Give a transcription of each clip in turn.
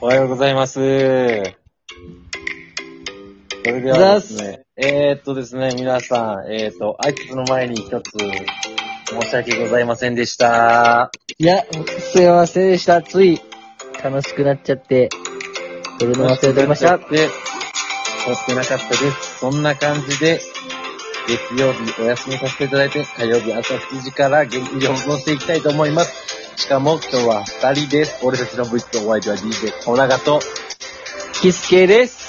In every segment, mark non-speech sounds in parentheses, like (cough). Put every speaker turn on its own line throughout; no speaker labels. おはようございます。それではですね、えー、っとですね、皆さん、えー、っと、挨拶の前に一つ、申し訳ございませんでした。
いや、すいませんでした。つい、楽しくなっちゃって、撮るの忘れておりました。
で、撮ってなかったです。そんな感じで、月曜日お休みさせていただいて、火曜日朝7時から元気に放送していきたいと思います。しかも今日は二人です。俺たちの部室お相手は DJ 小長と、
キスケです。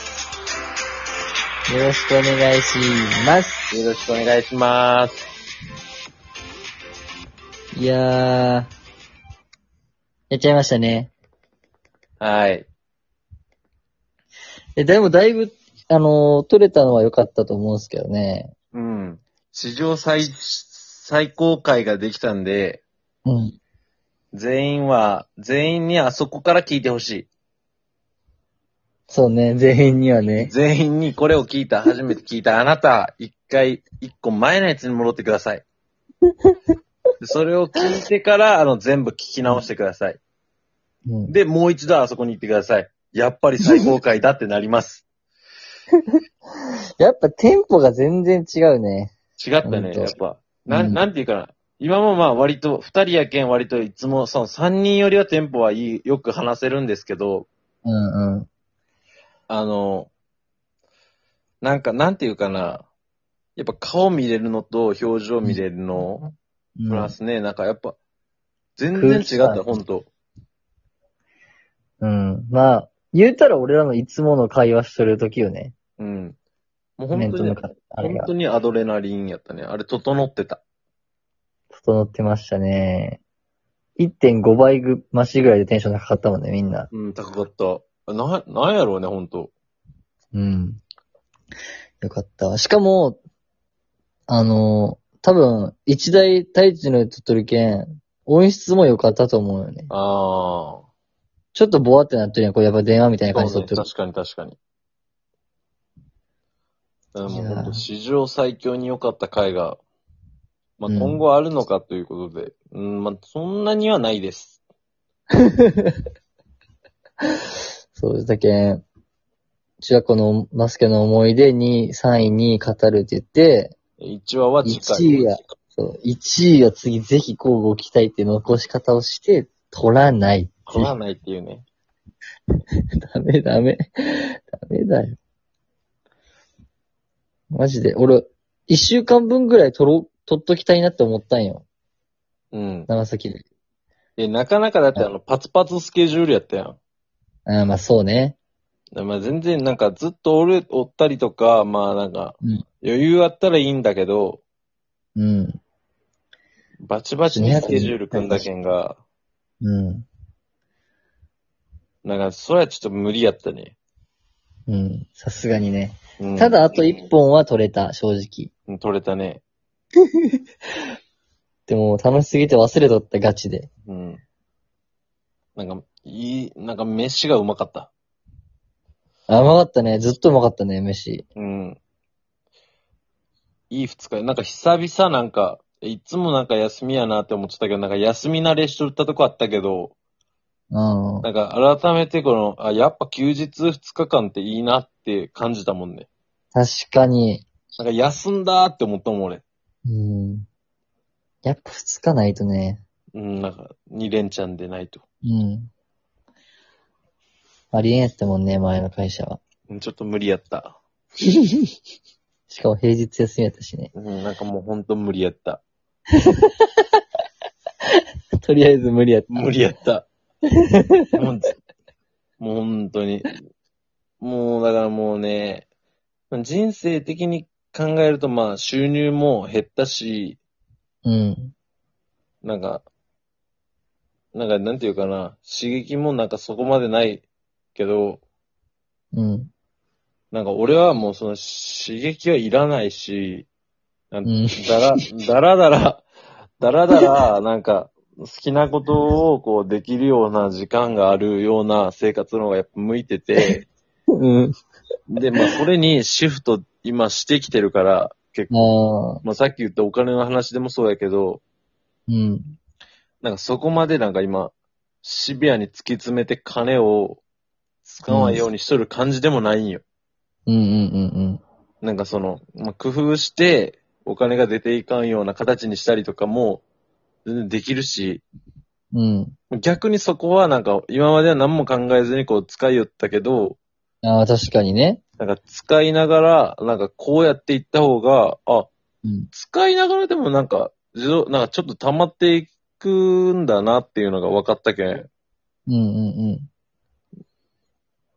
よろしくお願いします。
よろしくお願いします。
いやー、やっちゃいましたね。
はい。
え、でもだいぶ、あのー、撮れたのは良かったと思うんですけどね。
うん。史上最、最高回ができたんで、
うん。
全員は、全員にあそこから聞いてほし。
そうね、全員にはいね。
全員にこれを聞いた、初めて聞いたあなた、一回、一個前のやつに戻ってください。でそれを聞いてから、あの、全部聞き直してください。
うん、
で、もう一度あそこに行ってください。やっぱり最高回だってなります。
やっぱテンポが全然違うね。
違ったね、やっぱ。な
うん
ん、なんていうかな。今もまあ割と、二人やけん割といつも、その三人よりはテンポはいい、よく話せるんですけど、
うんうん。
あの、なんか、なんていうかな。やっぱ顔見れるのと表情見れるの、プラスね、なんかやっぱ、全然違っ
空気
た、
感
ほんと。
うん。まあ、言うたら俺らのいつもの会話するときよね。
うん。もう
コメ
本
ン
当
ト
に
の、かあれ
本
が
当にアドレナリンやったね。あれ、整ってた。
整ってましたね。1.5倍ぐ、増しぐらいでテンション高かったもんね、みんな。
うん、高かった。な、なんやろうね、ほんと。
うん。よかったわ。しかも、あの、多分、一大大地の鳥取県、音質も良かったと思うよね。
ああ。
ちょっとボワってなってるやん、これやっぱ電話みたいな感じ
そ
で
う
撮
ね
ってる。
確かに確かに。うんも
いや
う
ー
ほんと史上最強に良かった回が、まあ、
うん
今後あるのかということで、うん、まあ、そんなにはないです。
そう、だけん、中学校のバスケの思い出に、3位に語るって言って、
1話は次回。
一位やそう1位は次ぜひ交互期待って残し方をして、取らないっていう
取らないっていうね。
ダメダメ。ダメだよ。マジで、俺、一週間分ぐらい撮ろ、撮っときたいなって思ったんよ。
うん。
長崎で。
え、なかなかだってあの、パツパツスケジュールやったやん。
ああ、まあそうね。
まあ、全然なんかずっとおる、おったりとか、まあなんか
うん、
余裕あったらいいんだけど、
うん。
バチバチにスケジュール組んだけんが、
うん。
なんか、それはちょっと無理やったね。
うん。さすがにね。
うん
ただ、あと一本は撮れた、正直。
うん取れたね。
でも、楽しすぎて忘れとった、ガチで。
うん。なんか、いい、なんか飯がうまかった。
甘かったね。ずっとうまかったね、飯。
うん。いい二日。なんか久々なんか、いつもなんか休みやなって思ってたけど、なんか休み慣れしとったとこあったけど、
うん。
なんか改めてこの、あ、やっぱ休日二日間っていいなって感じたもんね。
確かに。
なんか休んだーって思ったもん俺。
うん。やっぱ二日ないとね。
うん、なんか二連チャンでないと。
うん。ありえんやったもんね、前の会社は。
うんちょっと無理やった。
(laughs) しかも平日休みやったしね。
うん、なんかもうほんと無理やった。
とりあえず無理やった。
無理やった。 (laughs) もう、もう本当に。もう、だからもうね、人生的に考えると、まあ、収入も減ったし、
うん。
なんか、なんか、なんていうかな、刺激もなんかそこまでないけど、
うん。
なんか俺はもうその刺激はいらないし、なん
うん。
だ (laughs) ら、だらだら、だらだら、なんか、好きなことをこうできるような時間があるような生活の方がやっぱ向いてて、
うん。
で、まあそれにシフト今してきてるから、結構、
ああ。
まあさっき言ったお金の話でもそうやけど、
うん。
なんかそこまでなんか今、シビアに突き詰めて金を使わんようにしとる感じでもないんよ。
うんうんうん
なんかその、まあ、工夫して、お金が出ていかんような形にしたりとかも、全然できるし、
うん。うん。
逆にそこはなんか、今までは何も考えずにこう使いよったけど、
ああ、確かにね。
なんか使いながら、なんかこうやっていった方が、あ、
うん。
使いながらでもなんか、自動、なんかちょっと溜まっていくんだなっていうのが分かったけん。
うんうん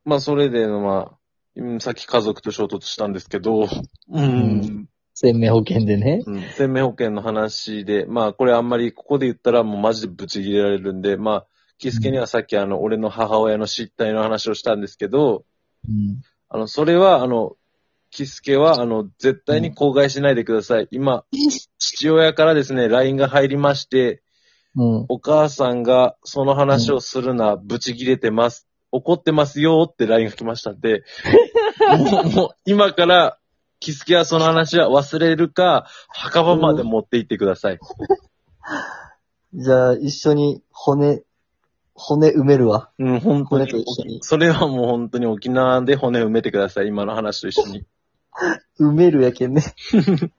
まあそれで、まあ、うんさっき家族と衝突したんですけど、う。
うん生命保険でね。
うん、生命保険の話で、まあこれあんまりここで言ったらもうマジでブチ切れられるんで、まあ、キスケにはさっきあの、俺の母親の失態の話をしたんですけど、
うん。
あの、それはあの、キスケはあの、絶対に口外しないでください。今、父親からですね、LINE が入りまして、
うん。
お母さんがその話をするな、ブチ切れてます。怒ってますよって LINE が来ましたん
(laughs)
で、もう、もう今から、キスケはその話は忘れるか、墓場まで持って行ってください。
じゃあ、一緒に骨、骨埋めるわ。
うん、本当
骨
に
と。一緒に。
それはもう本当に沖縄で骨埋めてください。今の話と一緒に。
埋めるやけんね。 (laughs)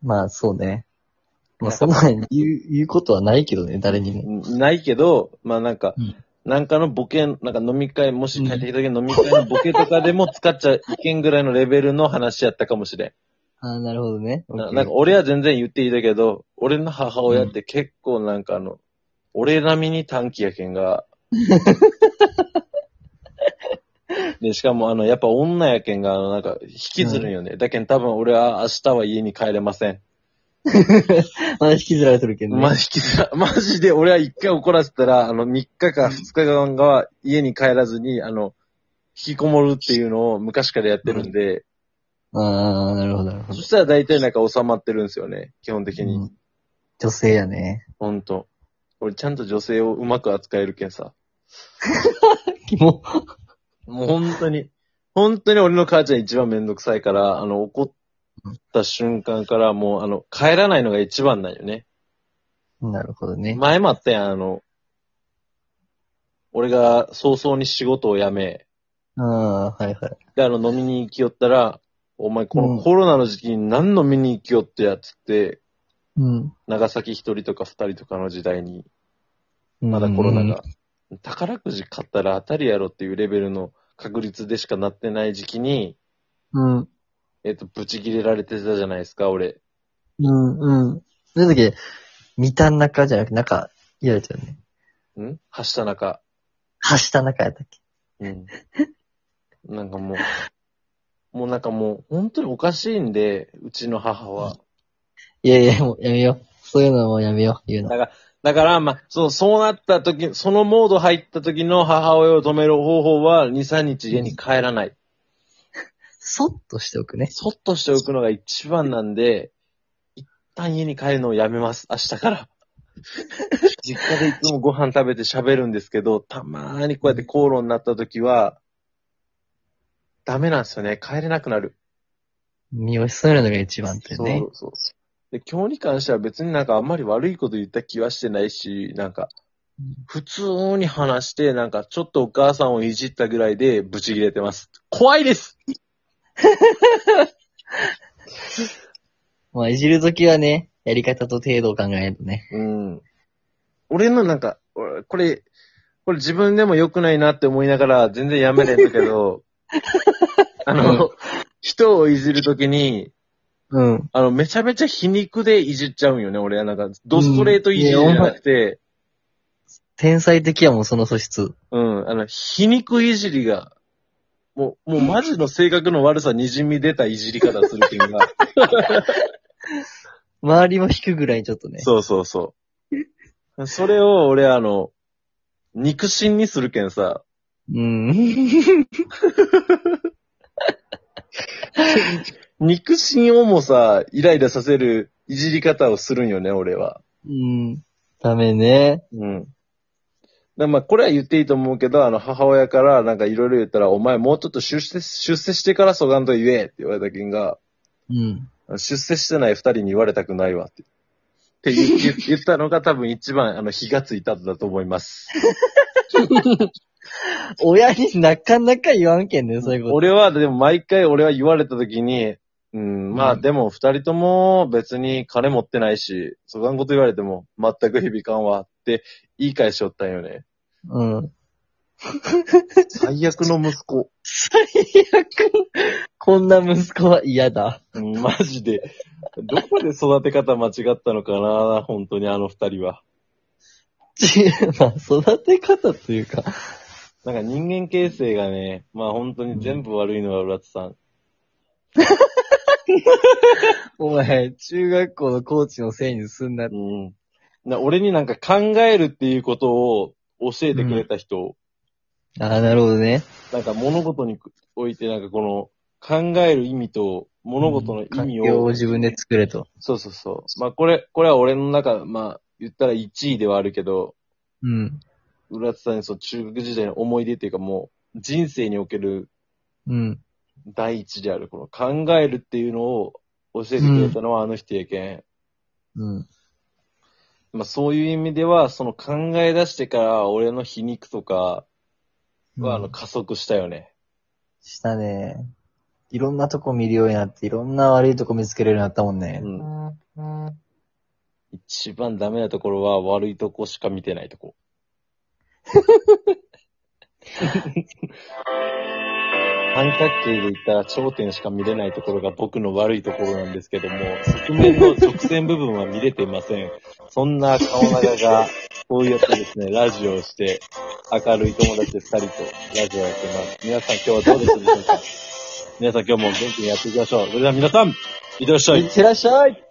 まあ、そうね。まあ、そんなに言う、言うことはないけどね、誰にも。
うんないけど、まあなんか、
うん
なんかのボケ、なんか飲み会、もし帰ってきた時の飲み会のボケとかでも使っちゃいけんぐらいのレベルの話やったかもしれん。
ああ、なるほどね。
ななんか俺は全然言っていいだけど、俺の母親って結構なんかあの、俺並みに短期やけんが。で、しかもあの、やっぱ女やけんが、あの、なんか、引きずるんよね。だけど多分俺は明日は家に帰れません。
まだ引きずられてるけどね。
マジきつら、マジで (laughs) 俺は一回怒らせたら、あの、3日か2日間が家に帰らずに、あの、引きこもるっていうのを昔からやってるんで、
ああ、なるほど、なるほど
そ。したら大体なんか収まってるんですよね、基本的
う
に。
ん女性
(laughs)
やね。
ほんと。俺ちゃんと女性をうまく扱えるけんさ。
も
もう本当に、本当に俺の母ちゃん一番めんどくさいから、あの、怒った瞬間からもう、あの、帰らないのが一番なんよね。
うなるほどね。
前もあったやん、あの、俺が早々に仕事を辞め、
ああー、はいはい。
で、あの、飲みに行きよったら、お前、こ
うん
のコロナの時期に何飲みに行きよってやつって、
うん。
長崎一人とか二人とかの時代に、まだコロナが、宝くじ買ったら当たりやろっていうレベルの確率でしかなってない時期に、
うん。うん。
えっと、ブチ切れられてたじゃないですか、俺。
うん。うん。なんだっけ、見た中じゃなくて、中、言われちゃうね。
んはした中。
はした中やったっけ。
うん。 (laughs) なんかもう、もうなんかもう、本当におかしいんで、うちの母は。
いやいや、もうやめよう。そういうのはもうやめよう、言うの。
だから、まあ、そう、そうなった時、そのモード入った時の母親を止める方法は、2、3日家に帰らない。
そっとしておくね。
そっとしておくのが一番なんで、一旦家に帰るのをやめます、明日から。実家でいつもご飯食べて喋るんですけど、たまーにこうやって口論になった時は、ダメなんですよね。帰れなくなる。
身を潜めるのが一番ってね
そ。うそうで、今日に関しては別になんかあんまり悪いこと言った気はしてないし、なんか
うん、
普通に話して、なんかちょっとお母さんをいじったぐらいでブチ切れてます。怖いです
まあ、いじるときはね、やり方と程度を考えるとね。
うん。俺のなんか、俺これ、これ自分でも良くないなって思いながら全然やめれんだけ
(laughs)
ど、あの、人をいじるときに、
うん。
あの、めちゃめちゃ皮肉でいじっちゃうんよね、俺は。なんか、ドストレートいじりじゃなくて、
天才的やもん、その素質。
うん、あの、皮肉いじりが、もう、もうマジの性格の悪さにじみ出たいじり方するけんが。
周りも引くぐらいちょっと
(laughs)
ね。
そうそうそう。それを俺あの、肉親にするけんさ、
うん。
肉親をもさ、イライラさせるいじり方をするんよね、俺は。
うん。ダメね。
うん。だまあ、これは言っていいと思うけど、あの、母親からなんかいろいろ言ったら、お前もうちょっと出世、出世してからそがんと言えって言われたけんが、
うん。
出世してない二人に言われたくないわって。って言言言ったのが多分一番あの火がついたんだと思います。
親になかなか言わんけんね、そういうこ
(laughs)
と。
俺は、でも毎回俺は言われた時に、うん、まあ
うん
でも二人とも別に金持ってないし、そがんこと言われても全く響かんわって言い返しよったんよね。
(laughs) うん。
最悪の息子。
最悪。こんな息子は嫌だ。
(laughs) うんマジで。どこで育て方間違ったのかな本当にあの二人は。
ち (laughs) まあ、育て方というか。
なんか人間形成がね、まあ本当に全部悪いのは浦田さん。
お前、中学校のコーチのせいにすんな。
うん。な俺になんか考えるっていうことを教えてくれた人、
ああ、なるほどね。
なんか物事においてなんかこの考える意味と物事の意
環
味
境
を、
を自分で作れと。
そうそうそう。まあこれ、これは俺の中、まあ言ったら1位ではあるけど、
うん。
浦田さんにその中学時代の思い出っていうかもう人生における
うん。
第一であるこの考えるっていうのを教えてくれたのはあの人やけん。
うん。
まあそういう意味ではその考え出してから俺の皮肉とかはあの加速したよね。
したね。いろんなとこ見るようになって、いろんな悪いとこ見つけれるようになったもんね。
うん。一番ダメなところは悪いとこしか見てないとこ。三角形で言ったら頂点しか見れないところが僕の悪いところなんですけども、側面の直線部分は見れていません。そんな顔長が、こうやってですね、ラジオをして、明るい友達二人とラジオをやってます。皆さん今日はどうでしたでしょうか皆さん今日も元気にやっていきましょう。それでは皆さん、いってらっしゃい
いっ。てらっしゃい